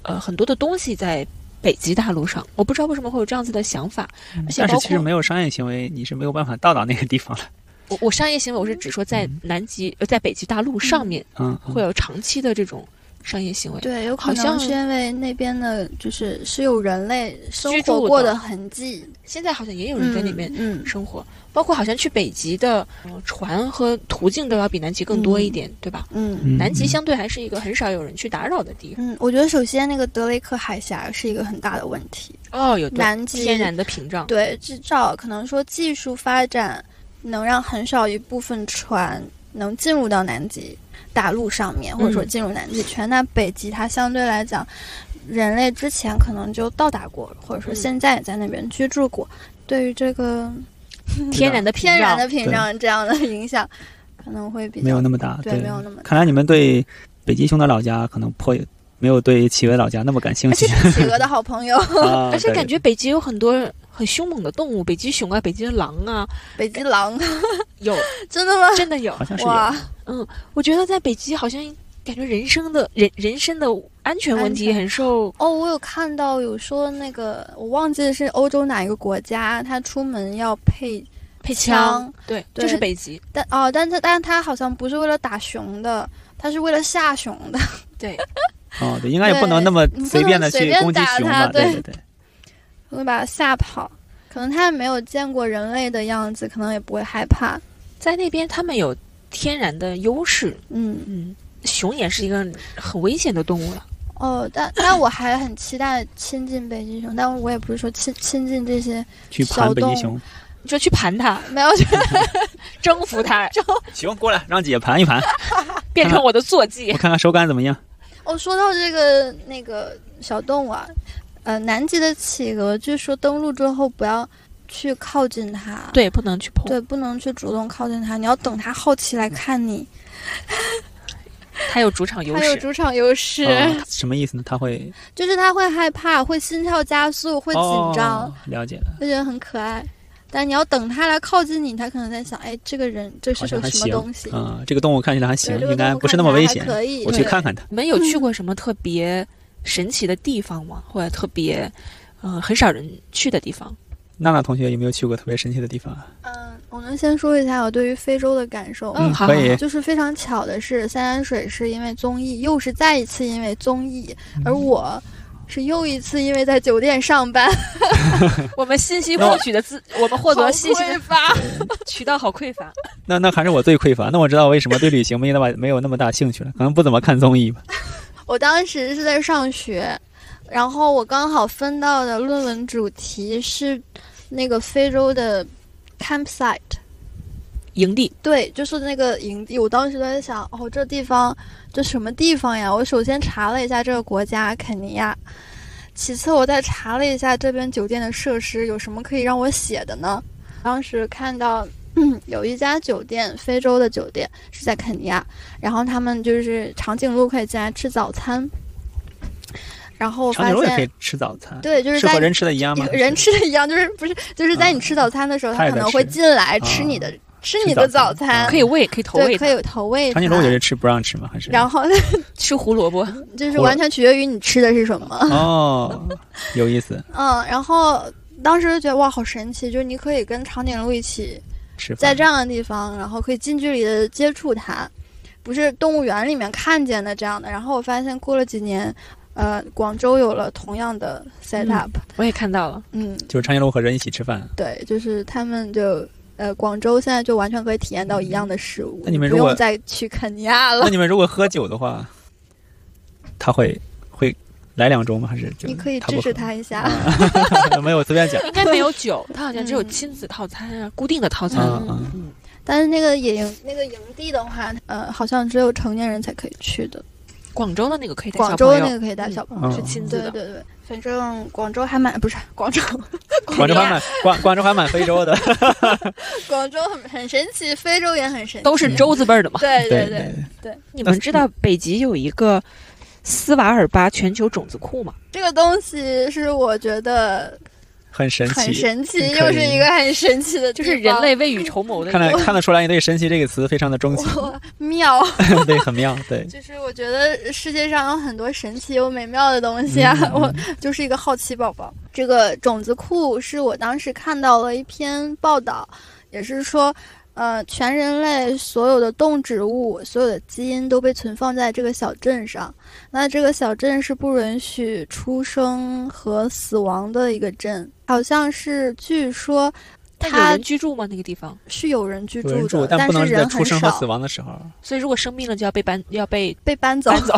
S2: 呃，很多的东西在北极大陆上，我不知道为什么会有这样子的想法。而且
S1: 但是
S2: 包
S1: 其实
S2: 括
S1: 没有商业行为，你是没有办法到达那个地方了。
S2: 我我商业行为，我是指说在南极、呃，在北极大陆上面
S1: 嗯，嗯
S2: 会有长期的这种商业行为。
S3: 对，有可
S2: 好像
S3: 能是因为那边的，就是是有人类生
S2: 居
S3: 活
S2: 住
S3: 过
S2: 的
S3: 的痕迹，
S2: 现在好像也有人在里面
S3: 嗯，嗯
S2: 生活，包括好像去北极的、呃船和途径都要比南极更多一点，对吧？
S3: 嗯
S1: 嗯
S2: 南极
S1: 嗯
S2: 相对还是一个很少有人去打扰的地方。
S3: 嗯，我觉得首先那个德雷克海峡是一个很大的问题，
S2: 哦，有对
S3: 南极
S2: 天然的屏障。
S3: 对，至少可能说技术发展能让很少一部分船能进入到南极大陆上面，或者说
S2: 嗯
S3: 进入南极圈。那北极它相对来讲，人类之前可能就到达过，或者说
S2: 嗯
S3: 现在也在那边居住过。对于这个
S2: 天然的屏
S3: 天
S2: 障，
S3: 然的屏障这样的影响，可能会比较
S1: 没有那么大，
S3: 对没有那么大
S1: 看来你们对北极熊的老家可能颇有没有对企鹅老家那么感兴
S3: 而
S1: 趣
S3: 且。是企鹅的好朋友
S1: 啊
S2: 而且
S1: 对
S2: 感觉北极有很多很凶猛的动物，北极熊啊，北极的狼啊，
S3: 北极狼，
S2: 有
S3: 真的吗？
S2: 真的有
S1: 好。像是有。
S3: 哇，
S2: 我觉得在北极好像感觉人生的人人身的安全问题
S3: 安全
S2: 很受
S3: 哦，我有看到有说那个，我忘记是欧洲哪一个国家，他出门要配
S2: 配
S3: 枪，
S2: 对，
S3: 对
S2: 就是北极，
S3: 但哦，但他但他好像不是为了打熊的，他是为了吓熊的。
S2: 对，
S1: 哦，对，应该也不
S3: 对
S1: 能那么
S3: 你不
S1: 随
S3: 能
S1: 便的
S3: 随
S1: 去
S3: 便
S1: 攻击
S3: 打
S1: 熊
S3: 它
S1: 吧？对
S3: 对
S1: 对对。
S3: 会把它吓跑。可能他也没有见过人类的样子，可能也不会害怕。
S2: 在那边他们有天然的优势，
S3: 嗯，
S2: 嗯，熊也是一个很危险的动物了。
S3: 哦，但但我还很期待亲近北极熊，但我也不是说亲亲近这些，
S1: 去
S3: 小
S1: 盘北极
S3: 动
S1: 熊，
S2: 你说去盘 它，
S3: 没有觉得
S2: 征服它，
S1: 行，过来让姐盘 一盘，
S2: 变 成我的坐骑
S1: 我。看看手感怎么样。
S3: 哦，说到这个那个小动物啊，呃，南极的企鹅据说登陆之后不要去靠近它，
S2: 对，不能去碰。
S3: 对，不能去主动靠近它，你要等它好
S1: 嗯
S3: 奇来看你，
S2: 它有主场优
S3: 它有
S2: 势，
S3: 主场优势，
S1: 哦什么意思呢？他会
S3: 就是它会害怕，会心跳加速，会紧张，
S1: 哦，了解了。
S3: 就觉得很可爱。但你要等它来靠近你，它可能在想，哎，这个人这是
S1: 好像
S3: 个
S1: 还
S3: 什么
S1: 行
S3: 东西？
S1: 啊、这个动物看起来还
S3: 对
S1: 行，
S3: 这个
S1: 应该
S3: 动物
S1: 不是
S3: 看
S1: 那么危
S3: 起来还
S1: 险。
S3: 可以，
S1: 我去
S3: 对
S1: 看看它。
S2: 你们有去过什么特别神奇的地方吗？或者特别，呃，很少人去的地方？
S1: 娜娜同学有没有去过特别神奇的地方啊？
S3: 嗯，我能先说一下我对于非洲的感受。
S2: 嗯好
S1: 可以。
S3: 就是非常巧的是，三山水是因为综艺，又是再一次因为综艺，而我是又一次因为在酒店上班，
S2: 我们信息获取的资， 我们获得信息的
S3: 发。
S2: 渠道好匮乏。
S1: 那那还是我最匮乏。那我知道为什么对旅行没那么没有那么大兴趣了，可能不怎么看综艺吧。
S3: 我当时是在上学，然后我刚好分到的论文主题是那个非洲的 campsite，
S2: 营地
S3: 对，就是那个营地。我当时在想，哦，这地方这什么地方呀？我首先查了一下这个国家肯尼亚，其次我再查了一下这边酒店的设施有什么可以让我写的呢？当时看到。嗯，有一家酒店，非洲的酒店是在肯尼亚，然后他们就是长颈鹿可以进来吃早餐，然后我
S1: 长
S3: 发
S1: 颈鹿也可
S3: 现
S1: 以，吃早餐，
S3: 对，就是
S1: 是
S3: 在
S1: 和人吃的一样吗？
S3: 人吃的一样，就是不是就是在你吃早餐的时候，
S1: 它
S3: 它
S1: 也
S3: 可
S1: 在
S3: 能会
S1: 吃啊
S3: 进来吃你的、吃
S1: 吃
S3: 你
S1: 早
S3: 的
S1: 餐
S3: 早餐
S1: 啊，
S2: 可以喂，可以投
S3: 对，
S2: 喂它，
S3: 可以投喂它。
S1: 长颈鹿也是吃不让吃吗？还是
S3: 然后
S2: 吃胡萝卜。
S3: 就是完全取决于你吃的是什么。
S1: 哦，有意思，
S3: 嗯，然后当时就觉得哇，好神奇，就是你可以跟长颈鹿一起
S1: 吃
S3: 在
S1: 饭
S3: 这样的地方，然后可以近距离的接触它，不是动物园里面看见的这样的。然后我发现过了几年，呃，广州有了同样的
S2: 嗯
S3: set up，
S2: 我也看到了，
S3: 嗯
S1: 就是长颈鹿和人一起吃饭。
S3: 对，就是他们就。呃，广州现在就完全可以体验到一样的食物，
S1: 那你们
S3: 不
S1: 如果
S3: 用再去肯尼亚了
S1: 那。你们如果喝酒的话，他会会来两盅吗？还是就
S3: 你可以
S1: 他不
S3: 支持
S1: 喝
S3: 他一下，
S1: 啊 没有，我随便讲。
S2: 应该没有酒，它好像只有
S3: 嗯
S2: 亲子套餐啊，固定的套餐。
S1: 嗯
S3: 嗯
S1: 嗯，
S3: 但是那个野营那个营地的话，呃，好像只有成年人才可以去的。
S2: 广州那个可以带小
S3: 广州
S2: 朋友
S3: 那个可以带小朋友，
S1: 嗯
S2: 是亲子
S3: 对对
S2: 的，
S3: 对，反正广州还蛮不 是广州，
S1: 广州还蛮广广州还蛮非洲的。
S3: 广州很很神奇，非洲也很神 奇，
S2: 都是州字辈儿的嘛。
S3: 对对
S1: 对
S3: 对，，
S2: 嗯你们知道北极有一个斯瓦尔巴全球种子库吗？
S3: 这个东西是我觉得
S1: 很神奇，
S3: 很神奇，
S1: 你可
S3: 又
S1: 以
S3: 是一个很神奇的
S2: 就
S3: 地方，
S2: 是人 类未雨绸缪的
S1: 看得看得出来，你对“神奇”这个词非常的钟情，
S3: 我妙。
S1: 对，很妙，对。
S3: 就是我觉得世界上有很多神奇又美妙的东西啊，
S1: 嗯嗯
S3: 我就是一个好奇宝宝。这个种子库是我当时看到了一篇报道，也是说，呃，全人类所有的动植物、所有的基因都被存放在这个小镇上。那这个小镇是不允许出生和死亡的一个镇，好像是据说
S2: 但有
S3: 它
S2: 人居住吗？那个地方？
S3: 是有人居
S1: 有
S3: 住
S1: 人
S3: 的，
S1: 住，但不能
S3: 是
S1: 在
S3: 人
S1: 出
S3: 很
S1: 生和死
S3: 少，
S1: 亡的时候。
S2: 所以如果生病了就要被搬，要 被
S3: 被搬走
S1: 哦
S2: 搬。走，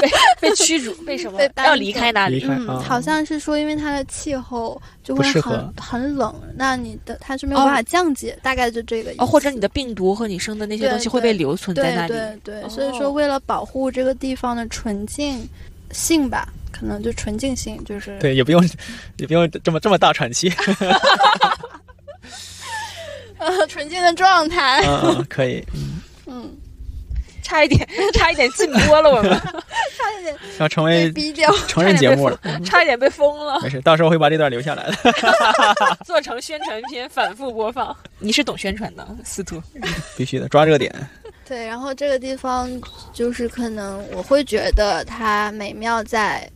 S2: 被被驱逐，被什么
S3: 被？搬
S2: 要离开那
S1: 离
S2: 里。
S1: 开啊
S3: 嗯，好像是说，因为它的气候就
S1: 不
S3: 会
S1: 适合
S3: 很很冷，那你的它是没有
S2: 哦
S3: 办法降解，大概就这个意思。
S2: 哦，或者你的病毒和你生的那些
S3: 对
S2: 东西会被
S3: 对
S2: 留存在那
S3: 对
S2: 里。
S3: 对对，所以
S2: 哦
S3: 说为了保护这个地方的纯净性吧，可能就纯净性就是
S1: 对，也不用， 也不用这么这么大喘气。
S3: 呃 纯净的状态。
S1: 嗯，嗯可以，
S3: 嗯，
S2: 差一点，差一点禁播了我们，
S3: 差一点
S1: 要成
S3: 被
S1: 为
S3: 逼掉。
S1: 成人节目了。
S2: 差一点被封了，
S1: 没事，到时候会把这段留下来的。
S2: 做成宣传片反复播放。你是懂宣传的，司徒。
S1: 必须的，抓热点。
S3: 对，然后这个地方就是可能我会觉得它美妙在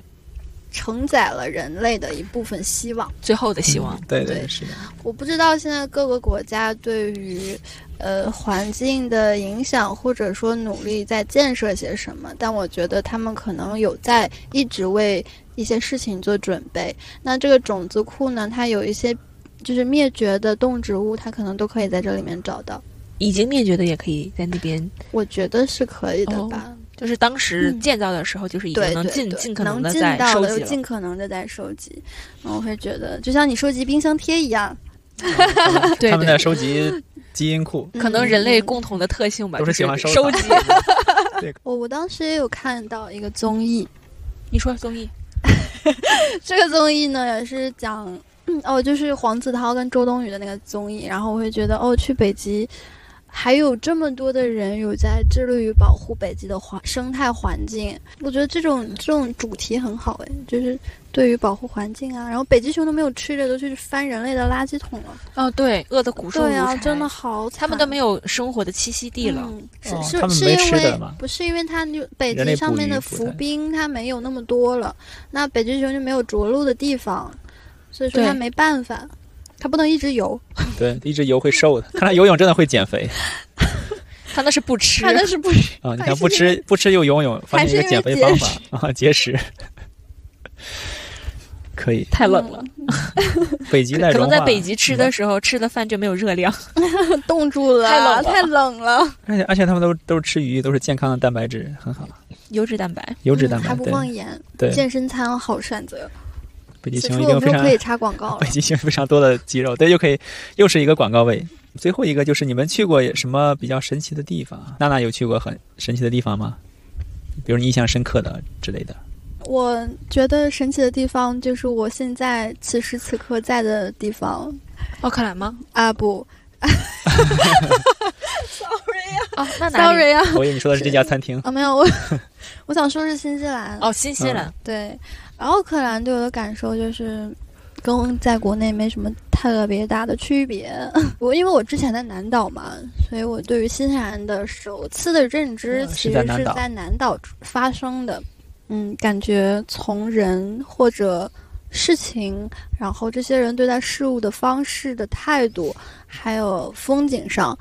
S3: 承载了人类的一部分希望。
S2: 最后的希望，
S1: 对对
S3: 对
S1: 是的，啊
S3: 我不知道现在各个国家对于呃环境的影响，或者说努力在建设些什么，但我觉得他们可能有在一直为一些事情做准备。那这个种子库呢，它有一些就是灭绝的动植物，它可能都可以在这里面找到。
S2: 已经灭绝的也可以在那边，
S3: 我觉得是可以的
S2: 哦
S3: 吧，
S2: 就是当时
S3: 嗯
S2: 建造的时候，就是已经
S3: 对
S2: 能
S3: 对
S2: 尽
S3: 对
S2: 尽可
S3: 能
S2: 的
S3: 尽
S2: 在
S3: 到
S2: 收
S3: 的
S2: 集
S3: 就尽可能的在收集。嗯我会觉得，就像你收集冰箱贴一样，
S1: 嗯
S2: 对
S1: 他们在
S2: 对
S1: 收集基因库，
S2: 可能人类
S3: 嗯
S2: 共同的特性吧，
S1: 都是喜欢
S2: 就
S1: 收
S2: 收集。
S3: 我我当时也有看到一个综艺，
S2: 你说综艺，
S3: 这个综艺呢也是讲， 嗯哦，就是黄子韬跟周冬雨的那个综艺，然后我会觉得，哦，去北极，还有这么多的人有在致力于保护北极的环生态环境，我觉得这种这种主题很好哎，就是对于保护环境啊，然后北极熊都没有吃的，都去翻人类的垃圾桶了，
S2: 哦，对，饿得骨瘦如
S3: 对啊，
S2: 柴
S3: 真的好惨，
S2: 他们都没有生活的栖息地了。
S3: 嗯、
S1: 哦
S3: 是
S1: 他
S3: 是
S1: 们
S3: 是
S1: 没
S3: 因
S1: 吃的
S3: 为
S1: 嘛
S3: 不是因为它就北
S1: 人类
S3: 极上
S1: 捕
S3: 面
S1: 鱼
S3: 的
S1: 不
S3: 浮
S1: 太
S3: 冰它没有那么多了，那北极熊就没有着陆的地方，所以说
S2: 对
S3: 它没办法，它不能一直游，
S1: 对，一直游会瘦的。看来游泳真的会减肥
S2: 他那是不吃
S3: 它，那是不是
S1: 啊！你
S3: 还
S1: 看
S3: 是
S1: 不
S3: 因为
S1: 吃不吃又游泳，发
S3: 还
S1: 现一个
S3: 是因
S1: 减
S3: 为
S1: 肥
S3: 节
S1: 方法啊，节食。可以，
S2: 太冷
S3: 嗯
S2: 了。
S1: 北极在
S2: 可能
S1: 融
S2: 在
S1: 化。
S2: 北极吃
S1: 嗯
S2: 的时候，吃的饭就没有热量。
S3: 嗯冻住了，
S2: 太冷了
S3: 太 冷了，
S1: 而且而且他们都都是吃鱼，都是健康的蛋白质，很好，
S2: 优质蛋白，
S1: 优质
S3: 嗯
S1: 蛋白。
S3: 还不忘盐，
S1: 对对，
S3: 健身餐好选择。
S1: 北极
S3: 此
S1: 熊
S3: 处
S1: 一
S3: 我
S1: 定非
S3: 们又
S1: 常
S3: 可以插广告了
S1: 北，极熊非常多的肌肉，对，又可以又是一个广告位。最后一个就是你们去过什么比较神奇的地方？娜娜有去过很神奇的地方吗？比如你印象深刻的之类的。
S3: 我觉得神奇的地方就是我现在此时此刻在的地方
S2: 奥克兰吗？
S3: 啊不
S2: 哦，那哪里
S3: ，sorry 啊，
S1: 我以为你说的是这家餐厅。
S3: 啊没有我， 我想说是新西兰
S2: 哦，新西兰。
S3: 对，然后克兰对我的感受就是，跟在国内没什么特别大的区别。 我因为我之前在南岛嘛，所以我对于新西兰的首次的认知
S1: 嗯是
S3: 其实
S1: 在南
S3: 是
S1: 岛
S3: 在南岛发生的。嗯，感觉从人或者事情，然后这些人对待事物的方式的态度，还有风景上，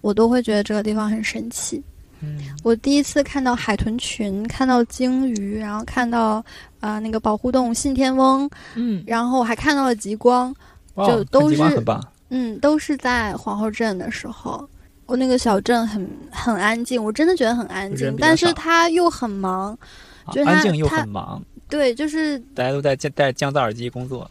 S3: 我都会觉得这个地方很神奇。
S1: 嗯，
S3: 我第一次看到海豚群，看到鲸鱼，然后看到啊、呃那个保护动物信天翁，
S2: 嗯，
S3: 然后还看到了极光，
S1: 哇，
S3: 就都
S1: 看极光
S3: 是
S1: 很棒。
S3: 嗯，都是在皇后镇的时候。我那个小镇很很安静，我真的觉得很安
S1: 人
S3: 静，
S1: 比较
S3: 但是
S1: 少
S3: 它又很忙，
S1: 啊
S3: 就是
S1: 安
S3: 它
S1: 静又
S3: 它
S1: 很忙，
S3: 对，就是
S1: 大家都在戴戴降噪耳机工作。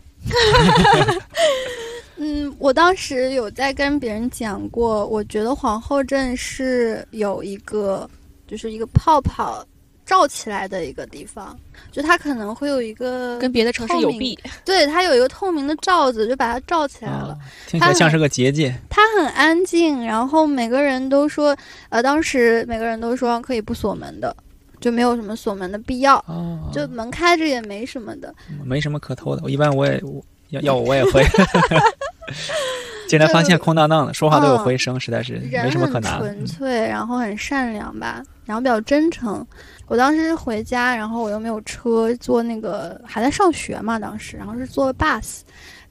S3: 嗯，我当时有在跟别人讲过，我觉得皇后镇是有一个，就是一个泡泡罩起来的一个地方，就它可能会有一个
S2: 跟别的城市有弊，
S3: 对，它有一个透明的罩子，就把它罩起来了
S1: 啊。，听起
S3: 它
S1: 来像
S3: 很
S1: 是个结界。
S3: 它很安静，然后每个人都说，呃，当时每个人都说可以不锁门的，就没有什么锁门的必要，
S1: 哦，
S3: 就门开着也没什么的。
S1: 没什么可偷的。我一般我也我要要我我也 会。竟然发现空荡荡的，说话都有回声，实在是没
S3: 嗯人
S1: 什么可
S3: 很
S1: 拿的嗯
S3: 纯。粹，然后很善良吧，然后比较真诚。我当时回家，然后我又没有车，坐那个还在上学嘛，当时，然后是坐 bus，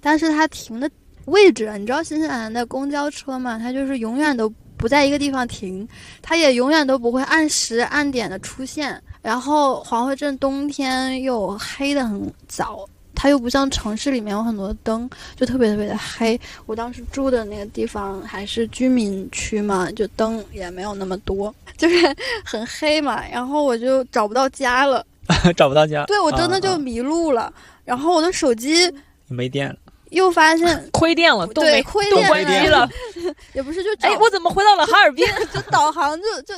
S3: 但是它停的位置，你知道新西兰的公交车嘛，它就是永远都不在一个地方停，它也永远都不会按时按点的出现。然后黄惠镇冬天又黑的很早，它又不像城市里面有很多灯，就特别特别的黑。我当时住的那个地方还是居民区嘛，就灯也没有那么多，就是 很黑嘛。然后我就找不到家了，
S1: 找不到家，
S3: 对我真的
S1: 啊
S3: 就
S1: 啊
S3: 迷路了。然后我的手机
S1: 没电了。
S3: 又发现
S2: 亏电了， 都
S3: 对
S2: 没
S3: 亏
S2: 都
S3: 电
S2: 关
S1: 了
S2: 机了。
S3: 也不是就找
S2: 哎，我怎么回到了哈尔滨？
S3: 就导航就就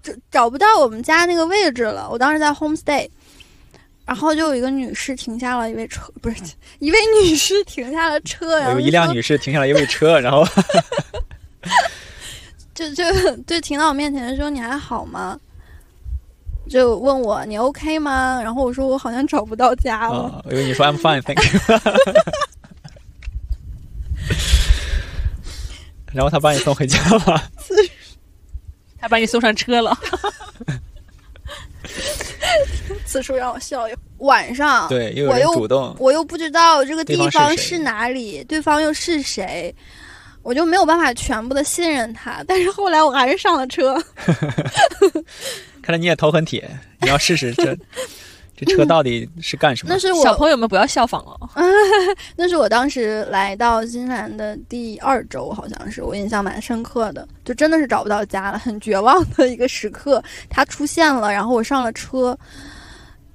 S3: 找找不到我们家那个位置了。我当时在 homestay，然后就有一个女士停下了一位车，不是 一位女士停下了车，
S2: 哎
S3: 然后
S1: 有
S3: 啊就
S1: 一辆
S3: 说
S1: 女士停下来一位车，然后
S3: 就就就停到我面前说你还好吗？就问我你 OK 吗？然后我说我 好像找不到家了。
S1: 啊，我以为你说 I'm fine, thank you。然后他把你送回家 了，
S2: 他把你送上车了。
S3: 此处让我笑一会儿。晚上，
S1: 对，又有
S3: 我
S1: 人
S3: 又
S1: 主动，
S3: 我又不知道这个地
S1: 对方
S3: 方
S1: 是谁
S3: 是哪里，对方又是谁，我就没有办法全部的信任他。但是后来我还是上了车。
S1: 啊看来你也头很铁，你要试试 这这车到底是干什么
S3: 那？是
S2: 小
S3: 我，
S2: 朋友们不要效仿哦。
S3: 那是我当时来到新西兰的第二周，好像是我印象蛮深刻的，就真的是找不到家了，很绝望的一个时刻。他出现了，然后我上了车，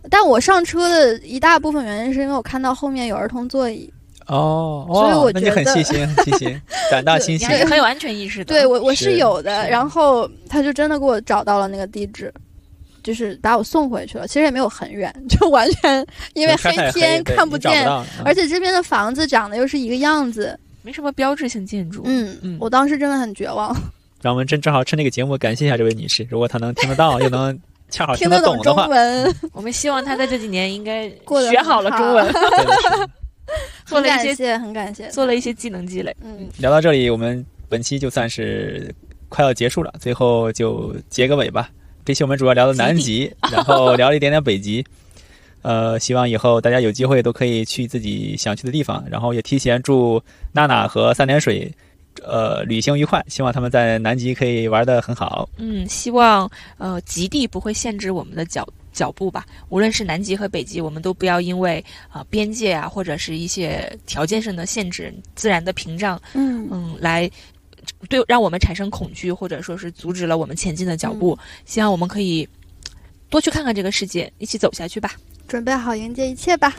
S3: 但我上车的一大部分原因是因为我看到后面有儿童座椅，
S1: 哦，
S3: 所以
S1: 哦
S3: 我
S1: 那你
S3: 觉
S1: 很
S3: 得
S1: 细心，细心，胆大心
S2: 你
S1: 细。
S2: 还是很有安全意识的。
S3: 对我我
S1: 是
S3: 是有的。
S1: 是
S3: 然后他就真的给我找到了那个地址。就是把我送回去了，其实也没有很远，就完 全因为
S1: 天
S3: 黑天看不见，而
S1: 而
S3: 且这边的房子长得又是一个样子，
S2: 没什么标志性建筑。
S3: 嗯，
S1: 嗯
S3: 我当时真的很绝望。
S1: 让我们正正好趁这个节目感谢一下这位女士，如果她能听得到，又能恰好
S3: 听
S1: 啊得
S3: 懂
S1: 的
S3: 中
S1: 话，
S3: 文，
S2: 我们希望他在这几年应该
S3: 过得
S2: 学好了
S3: 很好
S2: 中文，
S1: 真的是
S2: 做
S3: 很
S2: 了一
S3: 感
S2: 些
S3: 谢，很感谢。
S2: 做了一些技能积累。
S3: 嗯，
S1: 聊到这里，我们本期就算是快要结束了，最后就结个尾吧。这期我们主要聊的南极， 然后聊了一点点北极。呃，希望以后大家有机会都可以去自己想去的地方，然后也提前祝娜娜和三点水，呃，旅行愉快。希望他们在南极可以玩得很好。
S2: 嗯，希望呃极地不会限制我们的脚脚步吧。无论是南极和北极，我们都不要因为啊、呃边界啊或者是一些条件上的限制、自然的屏障，
S3: 嗯，
S2: 嗯，来对让我们产生恐惧，或者说是阻止了我们前进的脚步。
S3: 嗯
S2: 希望我们可以多去看看这个世界，一起走下去吧。
S3: 准备好迎接一切吧。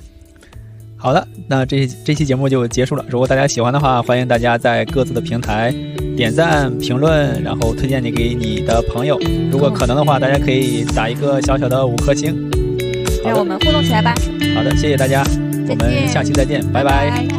S1: 好的，那这这期节目就结束了。如果大家喜欢的话，欢迎大家在各自的平台点赞、评论，然后推荐你给你的朋友。如果可能的话，大家可以打一个小小的五颗星。好
S2: 让
S1: 的，
S2: 我们互动起来吧。
S1: 好的，谢谢大家，我们下期再见，拜拜
S2: 拜拜